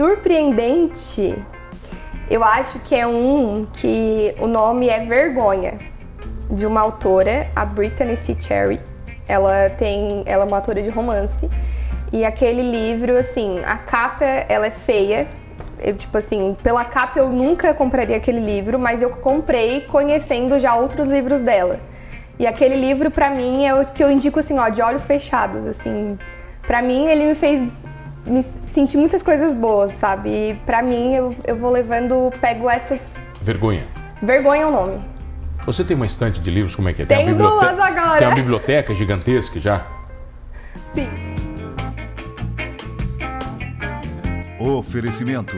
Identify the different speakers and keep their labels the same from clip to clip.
Speaker 1: Surpreendente, eu acho que é um que o nome é Vergonha, de uma autora, a Brittany C. Cherry. Ela tem, ela é uma autora de romance. E aquele livro, assim, a capa ela é feia. Eu, tipo assim, pela capa eu nunca compraria aquele livro, mas eu comprei conhecendo já outros livros dela. E aquele livro pra mim é o que eu indico assim, ó, de olhos fechados, assim. Pra mim ele me fez me sentir muitas coisas boas, sabe? E pra mim eu, eu vou levando, pego essas
Speaker 2: Vergonha.
Speaker 1: vergonha é o nome.
Speaker 2: Você tem uma estante de livros, como é que é? Tem uma
Speaker 1: Tenho
Speaker 2: biblioteca-
Speaker 1: duas agora.
Speaker 2: Tem uma biblioteca gigantesca já?
Speaker 1: Sim.
Speaker 3: Oferecimento: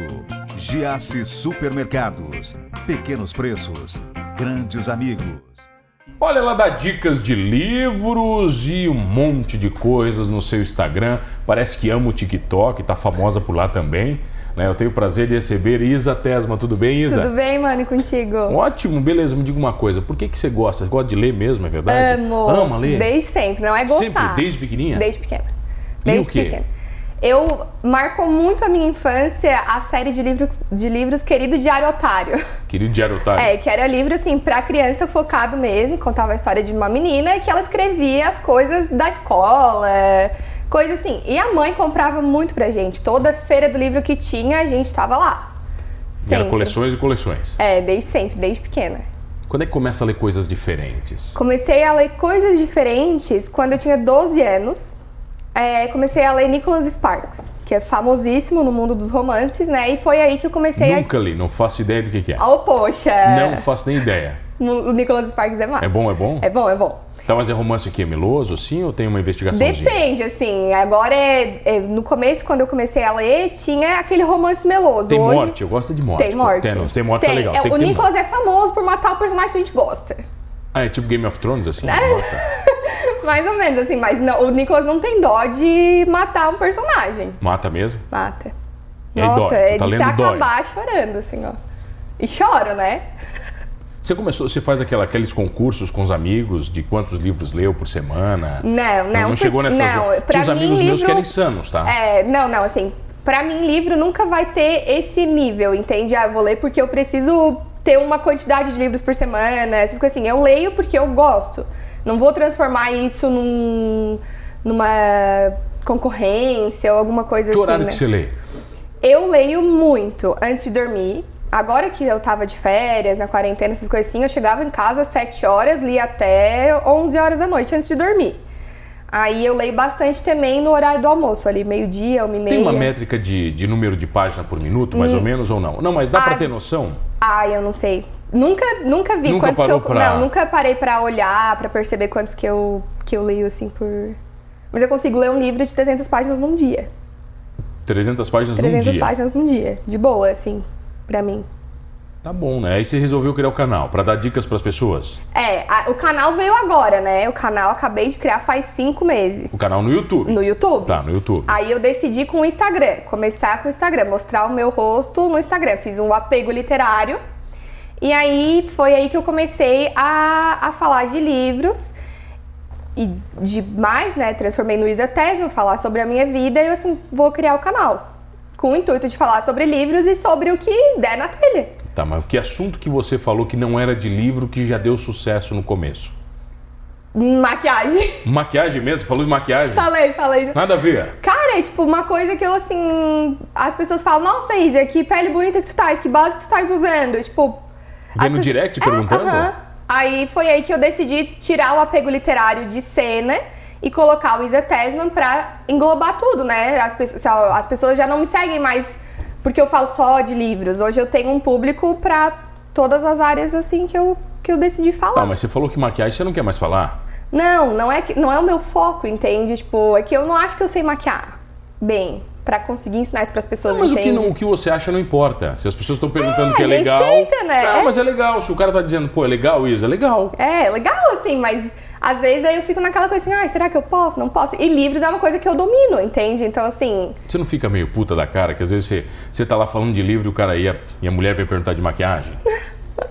Speaker 3: Giasse Supermercados. Pequenos preços, grandes amigos.
Speaker 2: Olha, ela dá dicas de livros e um monte de coisas no seu Instagram. Parece que ama o TikTok, tá famosa por lá também. né? Eu tenho o prazer de receber Isa Tesma. Tudo bem, Isa?
Speaker 1: Tudo bem, mano, e contigo?
Speaker 2: Ótimo, beleza. Me diga uma coisa. Por que, que você gosta? Você gosta de ler mesmo, é verdade? Ama ler?
Speaker 1: Desde sempre, não é gostar.
Speaker 2: Sempre? Desde pequenininha?
Speaker 1: Desde pequena.
Speaker 2: Lia
Speaker 1: Desde
Speaker 2: o quê?
Speaker 1: pequena. Eu marcou muito a minha infância a série de livros, de livros Querido Diário Otário.
Speaker 2: Querido Diário Otário.
Speaker 1: É, que era livro assim pra criança focado mesmo, contava a história de uma menina que ela escrevia as coisas da escola, coisa assim. E a mãe comprava muito pra gente. Toda feira do livro que tinha, a gente tava lá.
Speaker 2: E era
Speaker 1: Sempre.
Speaker 2: coleções e coleções.
Speaker 1: É, desde sempre, desde pequena.
Speaker 2: Quando é que começa a ler coisas diferentes?
Speaker 1: Comecei a ler coisas diferentes quando eu tinha 12 anos. É, comecei a ler Nicholas Sparks, que é famosíssimo no mundo dos romances, né? E foi aí que eu comecei
Speaker 2: Nunca li, não faço ideia do que, que é.
Speaker 1: a. Oh, poxa!
Speaker 2: Não faço nem ideia.
Speaker 1: O Nicholas Sparks é massa.
Speaker 2: É bom, é bom?
Speaker 1: É bom, é bom.
Speaker 2: Tá, mas é romance aqui, é meloso, sim, ou tem uma investigaçãozinha?
Speaker 1: Depende, assim. Agora é, é, No começo, quando eu comecei a ler, tinha aquele romance meloso.
Speaker 2: Tem
Speaker 1: Hoje,
Speaker 2: morte, eu gosto de morte.
Speaker 1: Tem morte.
Speaker 2: Tem, não, tem morte, tá legal.
Speaker 1: É,
Speaker 2: tem que
Speaker 1: o
Speaker 2: ter
Speaker 1: Nicholas
Speaker 2: morte.
Speaker 1: é famoso por matar o personagem que a gente gosta.
Speaker 2: Ah, é tipo Game of Thrones, assim? Mata.
Speaker 1: Mais ou menos, assim. Mas não, o Nicholas não tem dó de matar um personagem.
Speaker 2: Mata mesmo?
Speaker 1: Mata.
Speaker 2: E aí
Speaker 1: Nossa,
Speaker 2: dói, tu
Speaker 1: é
Speaker 2: tá
Speaker 1: de se
Speaker 2: lendo, dói.
Speaker 1: acabar chorando, assim, ó. E choro, né?
Speaker 2: Você começou, você faz aquela- aqueles concursos com os amigos de quantos livros leu por semana?
Speaker 1: Não, não.
Speaker 2: Não chegou nessas...
Speaker 1: Não, pra
Speaker 2: Tinha uns
Speaker 1: mim,
Speaker 2: amigos meus que
Speaker 1: livro-
Speaker 2: eram insanos, tá?
Speaker 1: É, não, não, assim, pra mim livro nunca vai ter esse nível, entende? Ah, eu vou ler porque eu preciso ter uma quantidade de livros por semana, essas coisas assim. Eu leio porque eu gosto. Não vou transformar isso num, numa concorrência ou alguma coisa
Speaker 2: Que
Speaker 1: assim.
Speaker 2: horário
Speaker 1: né?
Speaker 2: que você lê?
Speaker 1: Eu leio muito antes de dormir. Agora que eu tava de férias, na quarentena, essas coisas assim, eu chegava em casa às 7 horas, lia até 11 horas da noite antes de dormir. Aí eu leio bastante também no horário do almoço, ali meio-dia, uma e meia.
Speaker 2: Tem uma métrica de, de número de página por minuto, mais ou menos, ou não? Não, mas dá pra
Speaker 1: Ah,
Speaker 2: ter noção?
Speaker 1: Ai, eu não sei. Nunca, nunca vi
Speaker 2: Nunca
Speaker 1: quantos
Speaker 2: parou
Speaker 1: que eu.
Speaker 2: pra-
Speaker 1: Não, nunca parei pra olhar, pra perceber quantos que eu, que eu leio assim por. Mas eu consigo ler um livro de 300 páginas num dia.
Speaker 2: 300 páginas
Speaker 1: 300
Speaker 2: num dia.
Speaker 1: páginas num dia. De boa, assim, pra mim.
Speaker 2: Tá bom, né? Aí você resolveu criar o canal pra dar dicas pras pessoas.
Speaker 1: É, a- o canal veio agora, né? O canal eu acabei de criar faz cinco meses.
Speaker 2: O canal no YouTube.
Speaker 1: No YouTube.
Speaker 2: Tá, no YouTube.
Speaker 1: Aí eu decidi com o Instagram, começar com o Instagram, mostrar o meu rosto no Instagram. Fiz um apego literário. E aí foi aí que eu comecei a, a falar de livros. E demais, né? Transformei no Isa Tesma, falar sobre a minha vida. E eu assim, vou criar o canal. Com o intuito de falar sobre livros e sobre o que der na telha.
Speaker 2: Tá, mas que assunto que você falou que não era de livro que já deu sucesso no começo?
Speaker 1: Maquiagem.
Speaker 2: Maquiagem mesmo? Falou de maquiagem?
Speaker 1: falei, falei.
Speaker 2: Nada a ver.
Speaker 1: Cara, é tipo uma coisa que eu assim. As pessoas falam, nossa, Isa, que pele bonita que tu tais, que base que tu tais usando. Tipo.
Speaker 2: Vem
Speaker 1: as
Speaker 2: no
Speaker 1: pe-
Speaker 2: direct
Speaker 1: É,
Speaker 2: perguntando?
Speaker 1: aham. Aí foi aí que eu decidi tirar o apego literário de cena e colocar o Isa Tesman pra englobar tudo, né? As, pe- se- as pessoas já não me seguem mais porque eu falo só de livros. Hoje eu tenho um público pra todas as áreas assim que eu, que eu decidi falar.
Speaker 2: Tá, mas você falou que maquiagem você não quer mais falar?
Speaker 1: Não, não é, que, não é o meu foco, entende? Tipo, é que eu não acho que eu sei maquiar bem pra conseguir ensinar isso pras pessoas,
Speaker 2: Não, mas o que,
Speaker 1: entende?
Speaker 2: não- o que você acha não importa. Se as pessoas estão perguntando
Speaker 1: É,
Speaker 2: que é
Speaker 1: a gente
Speaker 2: legal.
Speaker 1: tenta, né?
Speaker 2: Não, mas é legal. Se o cara tá dizendo, pô, é legal, Isa, é legal.
Speaker 1: É, legal assim, mas às vezes aí eu fico naquela coisa assim, ai, será que eu posso? Não posso. E livros é uma coisa que eu domino, entende? Então, assim,
Speaker 2: Você não fica meio puta da cara, que às vezes você, você tá lá falando de livro e o cara aí, a, e a mulher vem perguntar de maquiagem?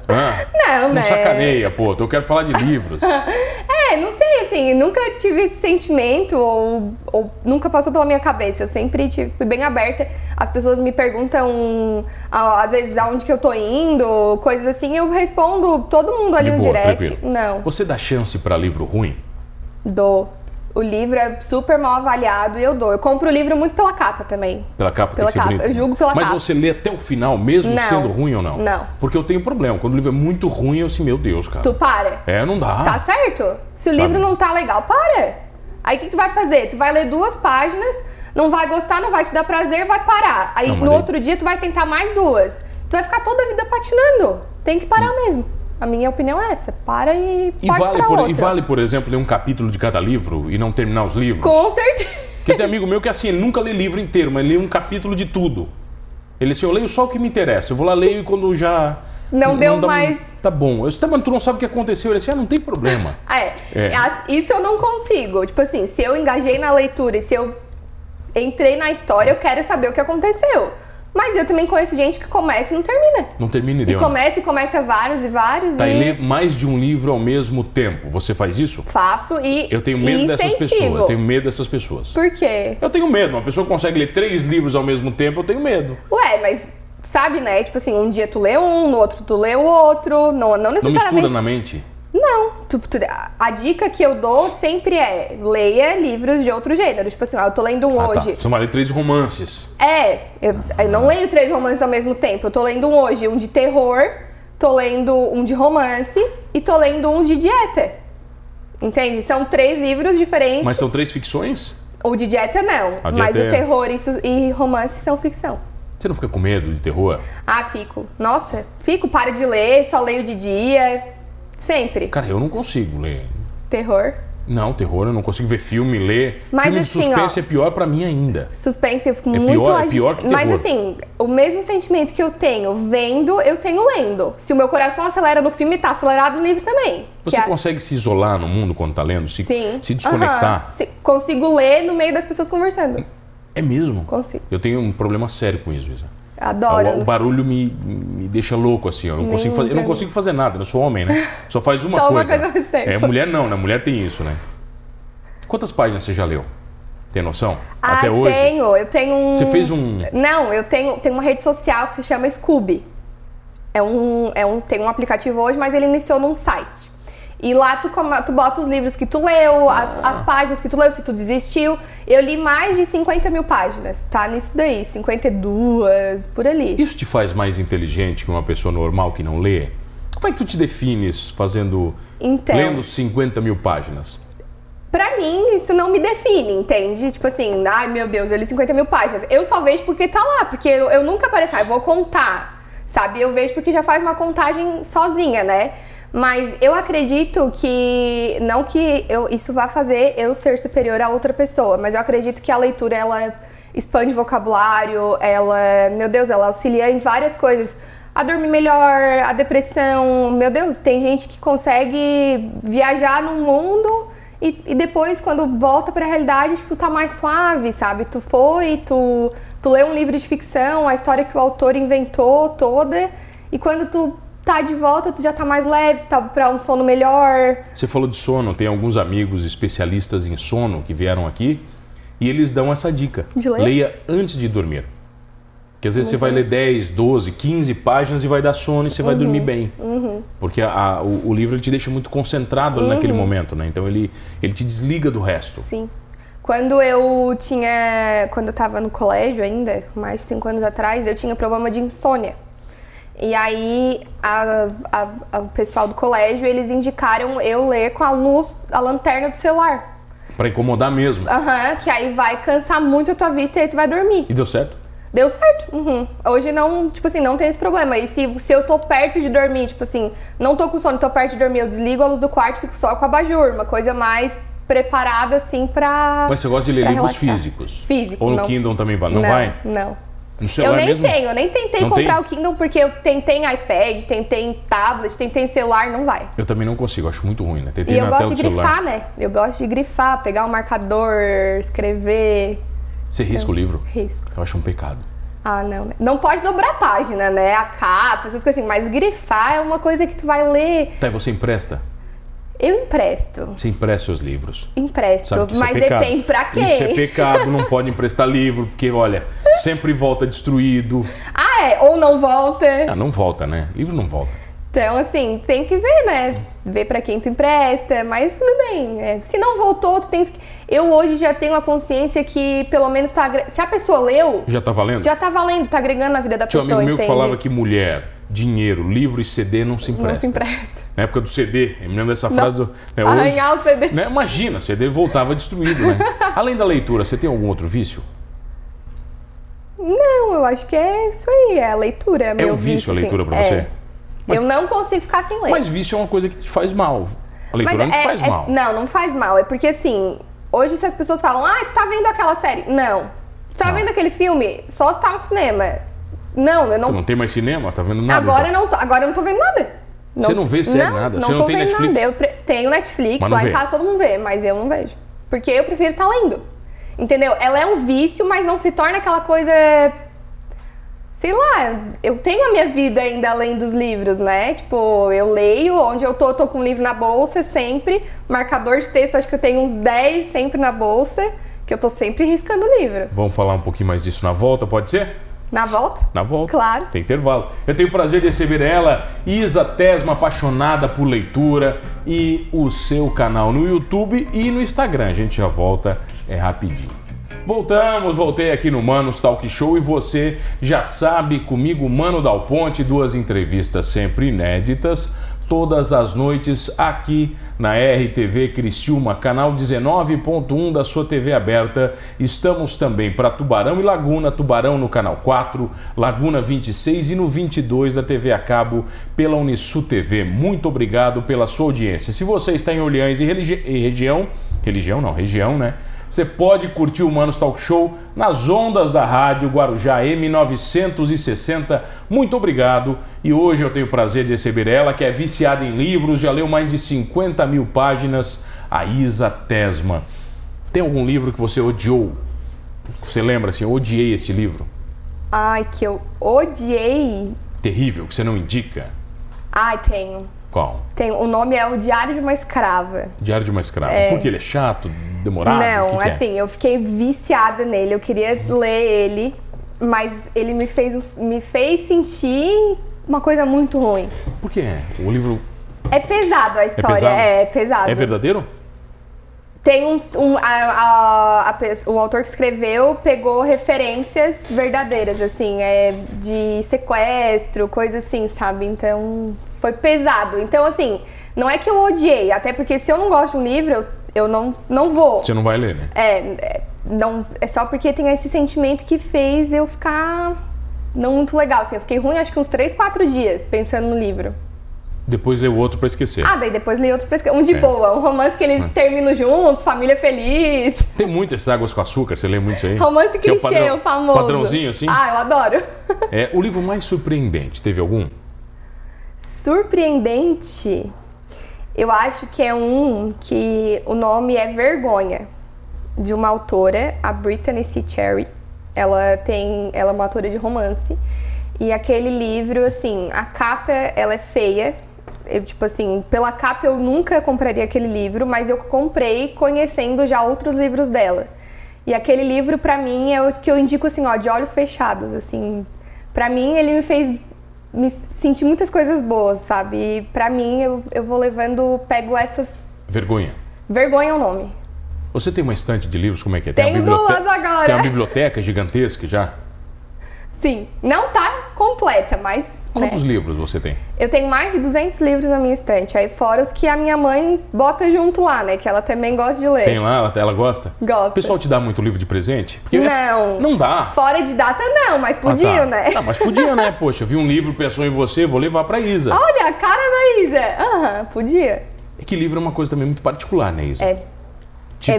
Speaker 2: Hã?
Speaker 1: não,
Speaker 2: Não
Speaker 1: né?
Speaker 2: Então sacaneia, pô. Eu quero falar de livros.
Speaker 1: É, não sei, assim, nunca tive esse sentimento ou, ou nunca passou pela minha cabeça. Eu sempre tive- fui bem aberta. As pessoas me perguntam, a- às vezes, aonde que eu tô indo, coisas assim. Eu respondo todo mundo ali
Speaker 2: De
Speaker 1: no
Speaker 2: boa,
Speaker 1: um direct.
Speaker 2: tranquilo.
Speaker 1: Não,
Speaker 2: Você dá chance pra livro ruim?
Speaker 1: dou. O livro é super mal avaliado e eu dou. Eu compro o livro muito pela capa também.
Speaker 2: Pela capa tem
Speaker 1: Pela
Speaker 2: que ser
Speaker 1: capa,
Speaker 2: bonito.
Speaker 1: eu julgo pela
Speaker 2: Mas
Speaker 1: capa.
Speaker 2: você lê até o final, mesmo
Speaker 1: Não.
Speaker 2: sendo ruim ou não?
Speaker 1: Não.
Speaker 2: Porque eu tenho problema. Quando o livro é muito ruim, eu assim, meu Deus, cara.
Speaker 1: Tu para.
Speaker 2: É, não dá.
Speaker 1: Tá certo? Se o
Speaker 2: Sabe?
Speaker 1: livro não tá legal, para! Aí o que, que tu vai fazer? Tu vai ler duas páginas, não vai gostar, não vai te dar prazer, vai parar. Aí
Speaker 2: Não, mas
Speaker 1: no
Speaker 2: daí-
Speaker 1: outro dia tu vai tentar mais duas. Tu vai ficar toda a vida patinando. Tem que parar mesmo. A minha opinião é essa. Para e,
Speaker 2: E
Speaker 1: parte
Speaker 2: vale,
Speaker 1: pra
Speaker 2: por,
Speaker 1: outra.
Speaker 2: e vale, por exemplo, ler um capítulo de cada livro e não terminar os livros?
Speaker 1: Com certeza.
Speaker 2: Porque tem amigo meu que assim, ele nunca lê livro inteiro, mas lê um capítulo de tudo. Ele assim, eu leio só o que me interessa. Eu vou lá, leio e quando já.
Speaker 1: Não deu
Speaker 2: dá
Speaker 1: mais.
Speaker 2: Tá bom. Eu disse, tá, mas tu não sabe o que aconteceu. Ele assim, ah, não tem problema.
Speaker 1: Ah, é.
Speaker 2: É.
Speaker 1: As- Isso eu não consigo. Tipo assim, se eu engajei na leitura e se eu entrei na história, eu quero saber o que aconteceu. Mas eu também conheço gente que começa e não termina.
Speaker 2: Não termina e
Speaker 1: E
Speaker 2: deu. né?
Speaker 1: começa e começa vários e vários
Speaker 2: Tá,
Speaker 1: e
Speaker 2: e lê mais de um livro ao mesmo tempo. Você faz isso?
Speaker 1: faço e
Speaker 2: Eu tenho
Speaker 1: e
Speaker 2: medo dessas
Speaker 1: incentivo.
Speaker 2: pessoas. Eu tenho medo dessas pessoas.
Speaker 1: Por quê?
Speaker 2: Eu tenho medo. Uma pessoa consegue ler três livros ao mesmo tempo, eu tenho medo.
Speaker 1: Ué, mas sabe, né? Tipo assim, um dia tu lê um, no outro tu lê o outro, não, não
Speaker 2: Não mistura
Speaker 1: necessariamente.
Speaker 2: na mente.
Speaker 1: Não, tu- tu- a dica que eu dou sempre é leia livros de outro gênero. Tipo assim, ah, eu tô lendo um
Speaker 2: Ah, tá.
Speaker 1: hoje.
Speaker 2: Você vai ler três romances.
Speaker 1: É, eu, eu não leio três romances ao mesmo tempo. Eu tô lendo um hoje, um de terror, tô lendo um de romance e tô lendo um de dieta. Entende? São três livros diferentes.
Speaker 2: Mas são três ficções?
Speaker 1: O de dieta não,
Speaker 2: A
Speaker 1: mas
Speaker 2: dieta é-
Speaker 1: o terror e, su- e romance são ficção.
Speaker 2: Você não fica com medo de terror?
Speaker 1: Ah, fico. Nossa, fico, paro de ler, só leio de dia. Sempre.
Speaker 2: Cara, eu não consigo ler.
Speaker 1: Terror.
Speaker 2: Não, terror, eu não consigo ver filme, ler.
Speaker 1: Mas
Speaker 2: filme
Speaker 1: assim,
Speaker 2: de suspense
Speaker 1: ó.
Speaker 2: é pior pra mim ainda.
Speaker 1: Suspense, eu fico
Speaker 2: É
Speaker 1: muito
Speaker 2: pior- é
Speaker 1: agi-
Speaker 2: pior que
Speaker 1: Mas
Speaker 2: terror.
Speaker 1: assim, o mesmo sentimento que eu tenho vendo, eu tenho lendo. Se o meu coração acelera no filme, tá acelerado no livro também.
Speaker 2: Você
Speaker 1: Que é a-
Speaker 2: consegue se isolar no mundo quando tá lendo? Se,
Speaker 1: Sim.
Speaker 2: se desconectar?
Speaker 1: Aham. Se- Consigo ler no meio das pessoas conversando.
Speaker 2: É mesmo?
Speaker 1: Consigo.
Speaker 2: Eu tenho um problema sério com isso, Isa.
Speaker 1: Adoro.
Speaker 2: Tá, O, o barulho me, me deixa louco, assim. ó. Eu não, consigo fazer, eu não
Speaker 1: pra
Speaker 2: consigo fazer nada, eu sou homem, né? Só faz uma
Speaker 1: Só uma
Speaker 2: coisa.
Speaker 1: coisa ao mesmo tempo.
Speaker 2: é, mulher não, né? Mulher tem isso, né? Quantas páginas você já leu? Tem noção?
Speaker 1: Ah,
Speaker 2: Até hoje?
Speaker 1: tenho. Eu tenho um.
Speaker 2: Você fez um-
Speaker 1: Não, eu tenho, tenho uma rede social que se chama Scooby. É um, é um, tem um aplicativo hoje, mas ele iniciou num site. E lá tu, coma- tu bota os livros que tu leu, a- as,
Speaker 2: Ah.
Speaker 1: páginas que tu leu, se tu desistiu. Eu li mais de 50 mil páginas, tá? Nisso daí, 52, por ali.
Speaker 2: Isso te faz mais inteligente que uma pessoa normal que não lê? Como é que tu te defines fazendo.
Speaker 1: Então.
Speaker 2: lendo 50 mil páginas?
Speaker 1: Pra mim, isso não me define, entende? Tipo assim, ai meu Deus, eu li 50 mil páginas. Eu só vejo porque tá lá, porque eu, eu nunca apareço, ah, eu vou contar, sabe? Eu vejo porque já faz uma contagem sozinha, né? Mas eu acredito que, não que eu- isso vá fazer eu ser superior a outra pessoa, mas eu acredito que a leitura, ela expande vocabulário, ela, meu Deus, ela auxilia em várias coisas a dormir melhor, a depressão. Meu Deus, tem gente que consegue viajar no mundo e, e depois, quando volta pra realidade, tipo, tá mais suave, sabe? Tu foi, tu, tu lê um livro de ficção, a história que o autor inventou toda, e quando tu tá de volta, tu já tá mais leve, tu tá pra um sono melhor.
Speaker 2: Você falou de sono, tem alguns amigos especialistas em sono que vieram aqui e eles dão essa dica.
Speaker 1: De ler?
Speaker 2: Leia antes de dormir. Porque às vezes você vai ler 10, 12, 15 páginas e vai dar sono e você
Speaker 1: Uhum.
Speaker 2: vai dormir bem. Porque a- a- o, o livro ele te deixa muito concentrado
Speaker 1: Uhum.
Speaker 2: ali naquele momento, né? Então ele, ele te desliga do resto.
Speaker 1: Sim. assim. Quando eu tinha. Quando eu tava no colégio ainda, mais de 5 anos atrás, eu tinha problema de insônia. E aí a- a- a- o pessoal do colégio, eles indicaram eu ler com a luz, a lanterna do celular.
Speaker 2: Pra incomodar mesmo.
Speaker 1: Aham, que aí vai cansar muito a tua vista e aí tu vai dormir.
Speaker 2: E deu certo?
Speaker 1: Deu certo. Uhum. Hoje não, tipo assim, não tem esse problema. E se, se eu tô perto de dormir, tipo assim, não tô com sono, tô perto de dormir, eu desligo a luz do quarto e fico só com a abajur, uma coisa mais preparada assim pra.
Speaker 2: Mas você gosta de ler
Speaker 1: pra
Speaker 2: livros
Speaker 1: relaxar.
Speaker 2: físicos?
Speaker 1: Físico.
Speaker 2: Ou no
Speaker 1: não.
Speaker 2: Kindle também vale? Não,
Speaker 1: não
Speaker 2: vai?
Speaker 1: Não.
Speaker 2: No
Speaker 1: Eu
Speaker 2: celular
Speaker 1: nem
Speaker 2: mesmo?
Speaker 1: tenho, eu nem tentei
Speaker 2: Não
Speaker 1: comprar
Speaker 2: tem?
Speaker 1: o Kindle porque eu tentei em iPad, tentei em tablet, tentei em celular, não vai.
Speaker 2: Eu também não consigo, acho muito ruim, né? Tentei
Speaker 1: E eu
Speaker 2: na tela
Speaker 1: gosto
Speaker 2: do
Speaker 1: de
Speaker 2: celular.
Speaker 1: grifar, né? Eu gosto de grifar, pegar um marcador, escrever,
Speaker 2: Você risca o livro?
Speaker 1: risco.
Speaker 2: Eu acho um pecado.
Speaker 1: Ah, não. né? Não pode dobrar a página, né? A capa, essas coisas assim. Mas grifar é uma coisa que tu vai ler.
Speaker 2: Tá, e você empresta?
Speaker 1: Eu empresto.
Speaker 2: Você empresta seus livros. Sabe
Speaker 1: Empresto.
Speaker 2: que isso
Speaker 1: mas
Speaker 2: é pecado.
Speaker 1: depende pra quê?
Speaker 2: Isso é pecado, não pode emprestar livro, porque, olha, sempre volta destruído.
Speaker 1: ah, é. Ou não volta.
Speaker 2: Ah, não volta, né? Livro não volta.
Speaker 1: Então, assim, tem que ver, né? Ver pra quem tu empresta, mas tudo bem. né? Se não voltou, tu tens que. Eu hoje já tenho a consciência que, pelo menos, tá. agre- Se a pessoa leu,
Speaker 2: Já tá valendo?
Speaker 1: já tá valendo, tá agregando na vida da
Speaker 2: Tinha um
Speaker 1: pessoa,
Speaker 2: amigo meu que
Speaker 1: entende?
Speaker 2: falava que mulher, dinheiro, livro e CD não se empresta.
Speaker 1: Não se empresta.
Speaker 2: Na época do CD, eu me lembro dessa frase do. né,
Speaker 1: Arranhar o CD.
Speaker 2: Né, imagina, o CD voltava destruído, né? Além da leitura, você tem algum outro vício?
Speaker 1: Não, eu acho que é isso aí, é a leitura.
Speaker 2: É
Speaker 1: meu
Speaker 2: um vício a
Speaker 1: assim.
Speaker 2: leitura pra
Speaker 1: É.
Speaker 2: você? Mas-
Speaker 1: Eu não consigo ficar sem ler.
Speaker 2: Mas vício é uma coisa que te faz mal. A leitura não te
Speaker 1: é-
Speaker 2: faz
Speaker 1: é-
Speaker 2: mal.
Speaker 1: Não, não faz mal. É porque assim, hoje se as pessoas falam, ah, tu tá vendo aquela série? Não. Tu tá
Speaker 2: Não.
Speaker 1: vendo aquele filme? Só se tá no cinema. Não, eu não.
Speaker 2: Tu não tem mais cinema, tá vendo nada?
Speaker 1: agora,
Speaker 2: então.
Speaker 1: não tô, agora eu não tô vendo nada.
Speaker 2: Você não vê série, nada?
Speaker 1: Não
Speaker 2: Você não
Speaker 1: tô
Speaker 2: tem
Speaker 1: vendo
Speaker 2: Netflix?
Speaker 1: Nada. Eu pre- tenho Netflix,
Speaker 2: Mas não
Speaker 1: lá
Speaker 2: vê.
Speaker 1: em casa todo mundo vê, mas eu não vejo. Porque eu prefiro estar lendo. Entendeu? Ela é um vício, mas não se torna aquela coisa. Sei lá, eu tenho a minha vida ainda além dos livros, né? Tipo, eu leio, onde eu tô, eu tô com um livro na bolsa sempre, marcador de texto, acho que eu tenho uns 10 sempre na bolsa, que eu tô sempre riscando o livro.
Speaker 2: Vamos falar um pouquinho mais disso na volta, pode ser?
Speaker 1: Na volta?
Speaker 2: Na volta.
Speaker 1: Claro.
Speaker 2: Tem intervalo. Eu tenho o prazer de receber ela, Isa Tesma, apaixonada por leitura e o seu canal no YouTube e no Instagram. A gente já volta, é rapidinho. Voltamos, voltei aqui no Manos Talk Show e você já sabe, comigo, Mano Dal Ponte, duas entrevistas sempre inéditas, todas as noites aqui na RTV Criciúma, canal 19.1 da sua TV aberta. Estamos também para Tubarão e Laguna, Tubarão no canal 4, Laguna 26 e no 22 da TV a cabo pela Unisu TV. Muito obrigado pela sua audiência. Se você está em Orleans e, religi- e região, religião não, região, né? Você pode curtir o Manos Talk Show nas ondas da rádio Guarujá M960. Muito obrigado. E hoje eu tenho o prazer de receber ela, que é viciada em livros, já leu mais de 50 mil páginas, a Isa Tesma. Tem algum livro que você odiou? Você lembra assim, eu odiei este livro?
Speaker 1: Ai, que eu odiei.
Speaker 2: Terrível, que você não indica?
Speaker 1: Ai, tenho.
Speaker 2: Qual?
Speaker 1: Tem, o nome é O Diário de uma Escrava.
Speaker 2: Diário de uma Escrava. Porque ele é chato, demorado? O que
Speaker 1: Não,
Speaker 2: que é?
Speaker 1: assim, eu fiquei viciada nele. Eu queria ler ele, mas ele me fez, um, me fez sentir uma coisa muito ruim.
Speaker 2: Por que é? O livro
Speaker 1: É pesado a
Speaker 2: é
Speaker 1: história.
Speaker 2: pesado?
Speaker 1: É, é pesado.
Speaker 2: É verdadeiro?
Speaker 1: Tem uns- um. a- a- a pe- o autor que escreveu pegou referências verdadeiras, assim, é, de sequestro, coisa assim, sabe? Então, foi pesado. Então, assim, não é que eu odiei, até porque se eu não gosto de um livro, eu, eu não, não vou.
Speaker 2: Você não vai ler, né?
Speaker 1: É, é, não, é só porque tem esse sentimento que fez eu ficar não muito legal. Assim, eu fiquei ruim acho que uns 3, 4 dias pensando no livro.
Speaker 2: Depois lê o outro pra esquecer.
Speaker 1: Ah, daí depois li outro prescri- Um de
Speaker 2: É.
Speaker 1: boa, um romance que
Speaker 2: Ah.
Speaker 1: eles terminam juntos, família feliz.
Speaker 2: Tem muitas essas águas com açúcar, você lê muito isso aí?
Speaker 1: Romance
Speaker 2: Que é
Speaker 1: clichê,
Speaker 2: o padrão-
Speaker 1: o famoso.
Speaker 2: Padrãozinho, assim?
Speaker 1: Ah, eu adoro.
Speaker 2: É, o livro mais surpreendente, teve algum?
Speaker 1: Surpreendente, eu acho que é um que o nome é Vergonha, de uma autora, a Brittany C. Cherry. Ela tem, ela é uma autora de romance. E aquele livro, assim, a capa, ela é feia. Eu, tipo assim, pela capa eu nunca compraria aquele livro, mas eu comprei conhecendo já outros livros dela. E aquele livro, pra mim, é o que eu indico, assim, ó, de olhos fechados, assim. Pra mim, ele me fez me sentir muitas coisas boas, sabe? E pra mim, eu, eu vou levando, pego essas...
Speaker 2: Vergonha.
Speaker 1: Vergonha é o nome.
Speaker 2: Você tem uma estante de livros, como é que é? Tem
Speaker 1: Tenho
Speaker 2: uma bibliote-
Speaker 1: duas agora.
Speaker 2: Tem uma biblioteca gigantesca já?
Speaker 1: Sim, não tá completa, mas... né?
Speaker 2: Quantos livros você tem?
Speaker 1: Eu tenho mais de 200 livros na minha estante, aí fora os que a minha mãe bota junto lá, né? Que ela também gosta de ler.
Speaker 2: Tem um lá, ela- ela gosta?
Speaker 1: Gosta.
Speaker 2: O pessoal te dá muito livro de presente? Porque
Speaker 1: Não.
Speaker 2: Não dá.
Speaker 1: Fora de data não, mas
Speaker 2: Ah,
Speaker 1: podia,
Speaker 2: tá.
Speaker 1: né?
Speaker 2: Não, mas podia, né? Poxa, vi um livro, pensou em você, vou levar pra Isa.
Speaker 1: Olha, a cara da Isa. Aham, podia.
Speaker 2: É que livro é uma coisa também muito particular, né, Isa?
Speaker 1: É.
Speaker 2: Tipo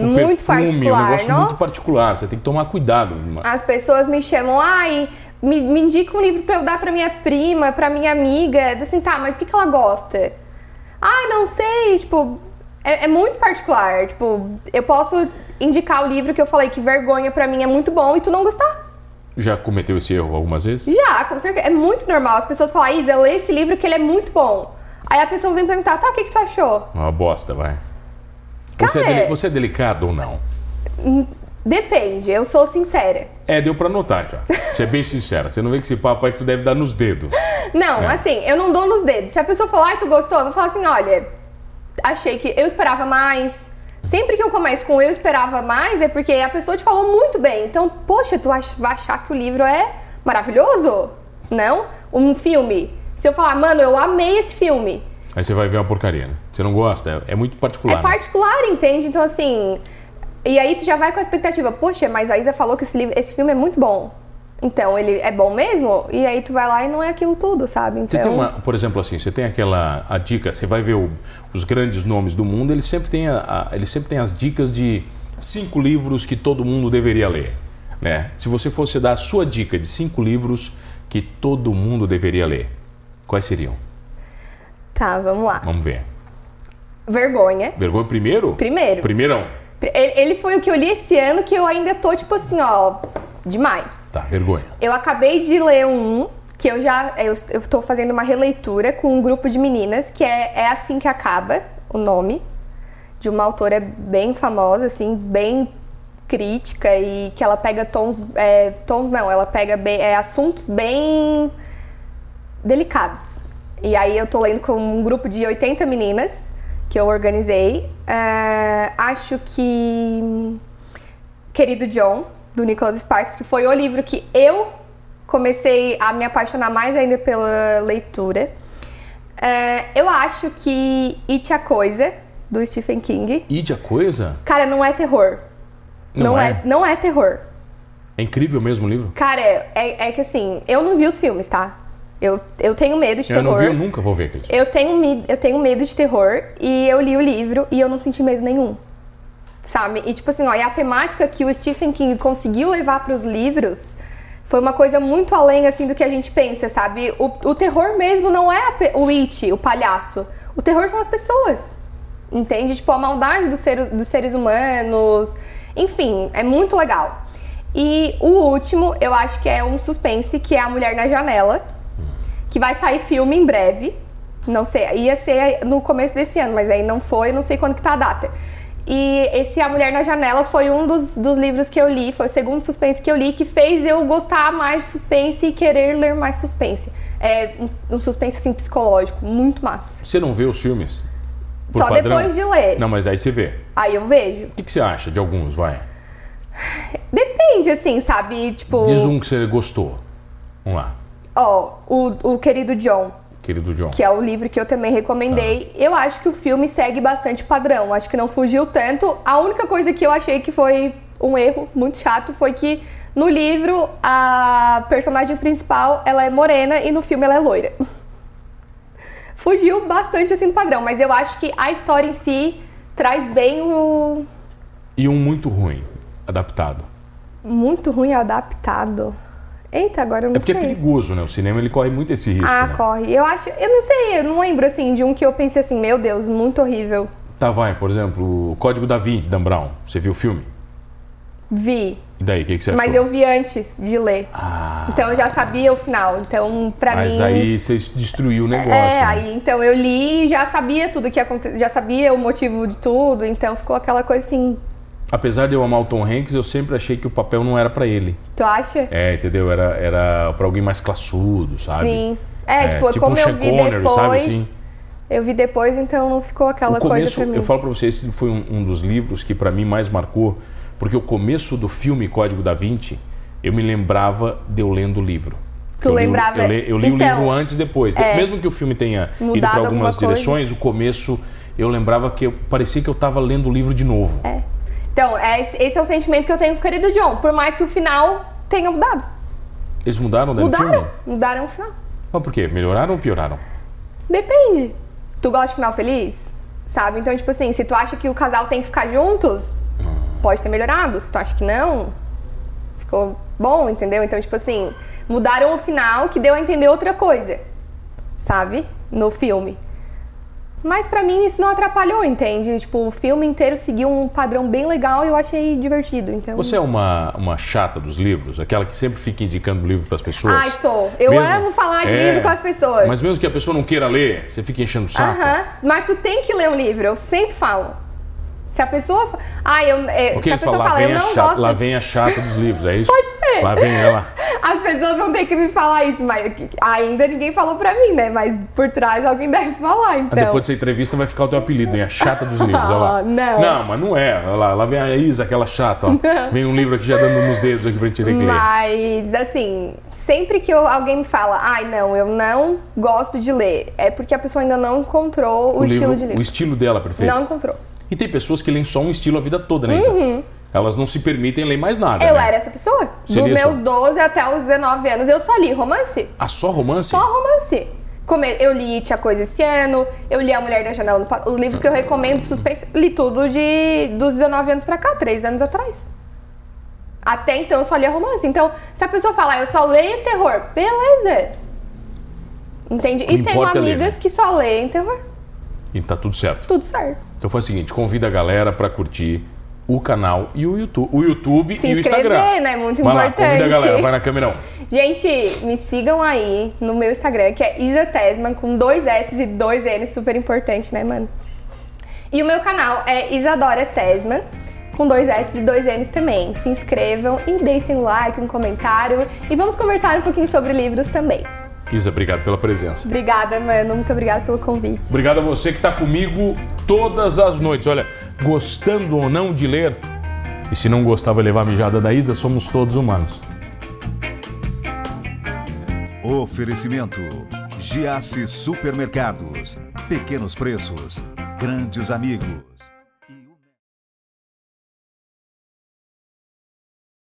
Speaker 1: é muito
Speaker 2: perfume, é um
Speaker 1: particular,
Speaker 2: negócio muito
Speaker 1: nossa.
Speaker 2: particular. Você tem que tomar cuidado. Uma-
Speaker 1: As pessoas me chamam, ai, me, me indica um livro pra eu dar pra minha prima, pra minha amiga. Eu digo Assim, tá, mas o que, que ela gosta? Ai, não sei, tipo, é, é muito particular. Tipo, eu posso indicar o livro que eu falei que vergonha pra mim é muito bom e tu não gostar.
Speaker 2: Já cometeu esse erro algumas vezes?
Speaker 1: Já, com certeza. É muito normal. As pessoas falam, Isa, lê esse livro que ele é muito bom. Aí a pessoa vem perguntar, tá, o que, que tu achou?
Speaker 2: Uma bosta, vai. Você é,
Speaker 1: Cara,
Speaker 2: deli- você é delicado ou não?
Speaker 1: Depende, eu sou sincera.
Speaker 2: É, deu pra notar já. Você é bem sincera. Você não vê que esse papo aí que tu deve dar nos dedos.
Speaker 1: Não,
Speaker 2: É.
Speaker 1: assim, eu não dou nos dedos. Se a pessoa falar, ai, tu gostou, eu vou falar assim, olha, achei que eu esperava mais. Sempre que eu começo com eu esperava mais, é porque a pessoa te falou muito bem. Então, poxa, tu ach- vai achar que o livro é maravilhoso? Não? Um filme. Se eu falar, mano, eu amei esse filme.
Speaker 2: Aí você vai ver uma porcaria, né? Você não gosta? É, é muito particular.
Speaker 1: É
Speaker 2: né?
Speaker 1: particular, entende? Então, assim. E aí tu já vai com a expectativa, poxa, mas a Isa falou que esse, livro, esse filme é muito bom. Então, ele é bom mesmo? E aí tu vai lá e não é aquilo tudo, sabe? Então,
Speaker 2: Você tem uma, por exemplo, assim, você tem aquela a dica, você vai ver o- os grandes nomes do mundo, eles sempre têm, a- a- eles sempre têm as dicas de cinco livros que todo mundo deveria ler. Né? Se você fosse dar a sua dica de cinco livros que todo mundo deveria ler, quais seriam?
Speaker 1: Tá, vamos lá.
Speaker 2: Vamos ver.
Speaker 1: Vergonha.
Speaker 2: Vergonha primeiro?
Speaker 1: Primeiro.
Speaker 2: Primeirão.
Speaker 1: Ele, ele foi o que eu li esse ano que eu ainda tô, tipo assim, ó, demais.
Speaker 2: Tá, vergonha.
Speaker 1: Eu acabei de ler um que eu já. Eu, eu tô fazendo uma releitura com um grupo de meninas, que é, é Assim Que Acaba, o nome, de uma autora bem famosa, assim, bem crítica e que ela pega tons. é, tons não, ela pega bem- é, assuntos bem delicados. E aí eu tô lendo com um grupo de 80 meninas que eu organizei. É, acho que Querido John, do Nicholas Sparks, que foi o livro que eu comecei a me apaixonar mais ainda pela leitura. É, eu acho que It a Coisa, do Stephen King,
Speaker 2: E de a coisa?
Speaker 1: cara, não é terror.
Speaker 2: Não é?
Speaker 1: Não é terror.
Speaker 2: É incrível mesmo o livro?
Speaker 1: Cara, é, é que assim, eu não vi os filmes, tá? Eu, eu tenho medo de
Speaker 2: Eu
Speaker 1: terror.
Speaker 2: não vi, eu nunca vou ver aqueles.
Speaker 1: Eu tenho, mi- eu tenho medo de terror e eu li o livro e eu não senti medo nenhum. Sabe? E tipo assim, ó, e a temática que o Stephen King conseguiu levar para os livros foi uma coisa muito além assim do que a gente pensa, sabe? O, o terror mesmo não é a pe- o it, o palhaço. O terror são as pessoas. Entende? Tipo, a maldade dos seres, dos seres humanos. Enfim, é muito legal. E o último, eu acho que é um suspense, que é A Mulher na Janela que vai sair filme em breve. Não sei, ia ser no começo desse ano, mas aí não foi, não sei quando que tá a data. E esse A Mulher na Janela foi um dos, dos livros que eu li, foi o segundo suspense que eu li, que fez eu gostar mais de suspense e querer ler mais suspense. É um- um suspense, assim, psicológico, muito massa.
Speaker 2: Você não vê os filmes?
Speaker 1: Só depois de ler.
Speaker 2: Não, mas aí você vê.
Speaker 1: Aí eu vejo.
Speaker 2: O que, que você acha de alguns, vai?
Speaker 1: Depende, assim, sabe? Tipo,
Speaker 2: Diz um que você gostou. Vamos lá.
Speaker 1: ó, o, o Querido John,
Speaker 2: Querido John.
Speaker 1: que é o livro que eu também
Speaker 2: Tá.
Speaker 1: recomendei. Eu acho que o filme segue bastante padrão, acho que não fugiu tanto. A única coisa que eu achei que foi um erro muito chato foi que no livro a personagem principal ela é morena e no filme ela é loira. Fugiu bastante assim do padrão, mas eu acho que a história em si traz bem o
Speaker 2: E um muito ruim, adaptado. É
Speaker 1: muito ruim adaptado. Eita, agora eu não
Speaker 2: É porque é
Speaker 1: sei.
Speaker 2: perigoso, né? O cinema ele corre muito esse risco.
Speaker 1: ah,
Speaker 2: né?
Speaker 1: corre. Eu acho, eu não sei, eu não lembro assim de um que eu pensei assim, meu Deus, muito horrível.
Speaker 2: Tá, vai, por exemplo, o Código da Vinci, Dan Brown. Você viu o filme?
Speaker 1: Vi,
Speaker 2: E daí, o que, que você achou?
Speaker 1: Mas eu vi antes de ler. Então eu já sabia o final. Então, pra
Speaker 2: Ah. Mas
Speaker 1: mim.
Speaker 2: aí você destruiu o negócio.
Speaker 1: É,
Speaker 2: né?
Speaker 1: aí então eu li e já sabia tudo que aconteceu, já sabia o motivo de tudo, então ficou aquela coisa assim,
Speaker 2: Apesar de eu amar o Tom Hanks, eu sempre achei que o papel não era pra ele.
Speaker 1: tu acha?
Speaker 2: É, entendeu? Era, era pra alguém mais classudo, sabe?
Speaker 1: Sim. É, tipo,
Speaker 2: tipo
Speaker 1: como
Speaker 2: um
Speaker 1: eu
Speaker 2: Sean
Speaker 1: vi
Speaker 2: Connery,
Speaker 1: depois.
Speaker 2: sabe, assim?
Speaker 1: Eu vi depois, então não ficou aquela
Speaker 2: O começo,
Speaker 1: coisa pra mim.
Speaker 2: eu falo pra você, esse foi um, um dos livros que pra mim mais marcou, porque o começo do filme Código da Vinci, eu me lembrava de eu lendo o livro.
Speaker 1: Tu
Speaker 2: eu li o-
Speaker 1: lembrava-
Speaker 2: eu le- eu li
Speaker 1: Então,
Speaker 2: o livro antes e depois.
Speaker 1: é.
Speaker 2: Mesmo que o filme tenha ido
Speaker 1: Mudado
Speaker 2: para
Speaker 1: alguma
Speaker 2: algumas
Speaker 1: coisa.
Speaker 2: direções, o começo eu lembrava que eu, parecia que eu tava lendo o livro de novo.
Speaker 1: É. Então, é, esse esse é o sentimento que eu tenho com o querido John, por mais que o final tenha mudado.
Speaker 2: Eles mudaram né, Tá no
Speaker 1: Mudaram?
Speaker 2: filme?
Speaker 1: Mudaram o final.
Speaker 2: Mas por quê? Melhoraram ou pioraram?
Speaker 1: Depende. Tu gosta de final feliz? Sabe? Então, tipo assim, se tu acha que o casal tem que ficar juntos, pode ter melhorado. Se tu acha que não, ficou bom, entendeu? Então, tipo assim, mudaram o final que deu a entender outra coisa, sabe? No filme. Mas pra mim isso não atrapalhou, entende? Tipo, o filme inteiro seguiu um padrão bem legal e eu achei divertido, então...
Speaker 2: Você é uma, uma chata dos livros? Aquela que sempre fica indicando livro para as pessoas? É.
Speaker 1: Ai, sou. Eu amo falar de livro com as pessoas.
Speaker 2: Mas mesmo que a pessoa não queira ler, você fica enchendo o saco?
Speaker 1: Aham, mas tu tem que ler um livro, eu sempre falo. Se a pessoa. fa- Ah, eu. é,
Speaker 2: O
Speaker 1: se
Speaker 2: que
Speaker 1: a
Speaker 2: eles
Speaker 1: pessoa
Speaker 2: falam? Lá
Speaker 1: fala,
Speaker 2: vem,
Speaker 1: eu
Speaker 2: a
Speaker 1: não
Speaker 2: chata,
Speaker 1: gosto.
Speaker 2: lá vem a chata dos livros, é isso?
Speaker 1: Pode ser.
Speaker 2: Lá vem ela.
Speaker 1: As pessoas vão ter que me falar isso, mas ainda ninguém falou pra mim, né? Mas por trás alguém deve falar,
Speaker 2: Ah,
Speaker 1: então.
Speaker 2: Depois dessa entrevista vai ficar o teu apelido, hein? A chata dos livros, olha lá.
Speaker 1: Ah, não.
Speaker 2: Não, mas não é. Olha lá, lá vem a Isa, aquela chata, ó. Vem um livro aqui já dando nos dedos aqui pra gente ter que ler.
Speaker 1: Mas, assim, sempre que eu- alguém me fala, ai, não, eu não gosto de ler, é porque a pessoa ainda não encontrou o, um estilo
Speaker 2: livro-
Speaker 1: de
Speaker 2: O
Speaker 1: livro.
Speaker 2: estilo dela, perfeito.
Speaker 1: Não encontrou.
Speaker 2: E tem pessoas que leem só um estilo a vida toda, né, Isa? Elas não se permitem ler mais nada.
Speaker 1: Uhum. Eu é.
Speaker 2: né?
Speaker 1: era essa pessoa.
Speaker 2: Seria
Speaker 1: Dos
Speaker 2: essa?
Speaker 1: meus 12 até os 19 anos, eu só li romance.
Speaker 2: Ah, só romance?
Speaker 1: Só romance. Come- Eu li Tia Coisa esse ano, eu li A Mulher da Janela, no Pa- os livros que eu recomendo, suspense, li tudo de dos 19 anos pra cá, 3 anos atrás. Até então eu só lia romance. Então, se a pessoa falar, eu só leio terror, beleza. Entende? E
Speaker 2: Não
Speaker 1: tenho
Speaker 2: importa ler,
Speaker 1: amigas
Speaker 2: né?
Speaker 1: que só leem terror.
Speaker 2: E tá tudo certo.
Speaker 1: Tudo certo.
Speaker 2: Então foi o seguinte, convida a galera pra curtir o canal e o YouTube, o YouTube
Speaker 1: Se
Speaker 2: e o Instagram.
Speaker 1: inscrever, né? Muito
Speaker 2: vai Lá, convida a
Speaker 1: importante.
Speaker 2: galera, vai na câmera um.
Speaker 1: Gente, me sigam aí no meu Instagram, que é Isa Tesman, com dois S e dois N, super importante, né, mano? E o meu canal é Isadora Tesman, com dois S e dois Ns também. Se inscrevam e deixem um like, um comentário. E vamos conversar um pouquinho sobre livros também.
Speaker 2: 1. Isa, obrigado pela presença.
Speaker 1: Obrigada, mano. Muito obrigada pelo convite.
Speaker 2: Obrigado a você que está comigo todas as noites. Olha, gostando ou não de ler, e se não gostava levar a mijada da Isa, somos todos humanos.
Speaker 3: Oferecimento: Giasse Supermercados. Pequenos preços, grandes amigos.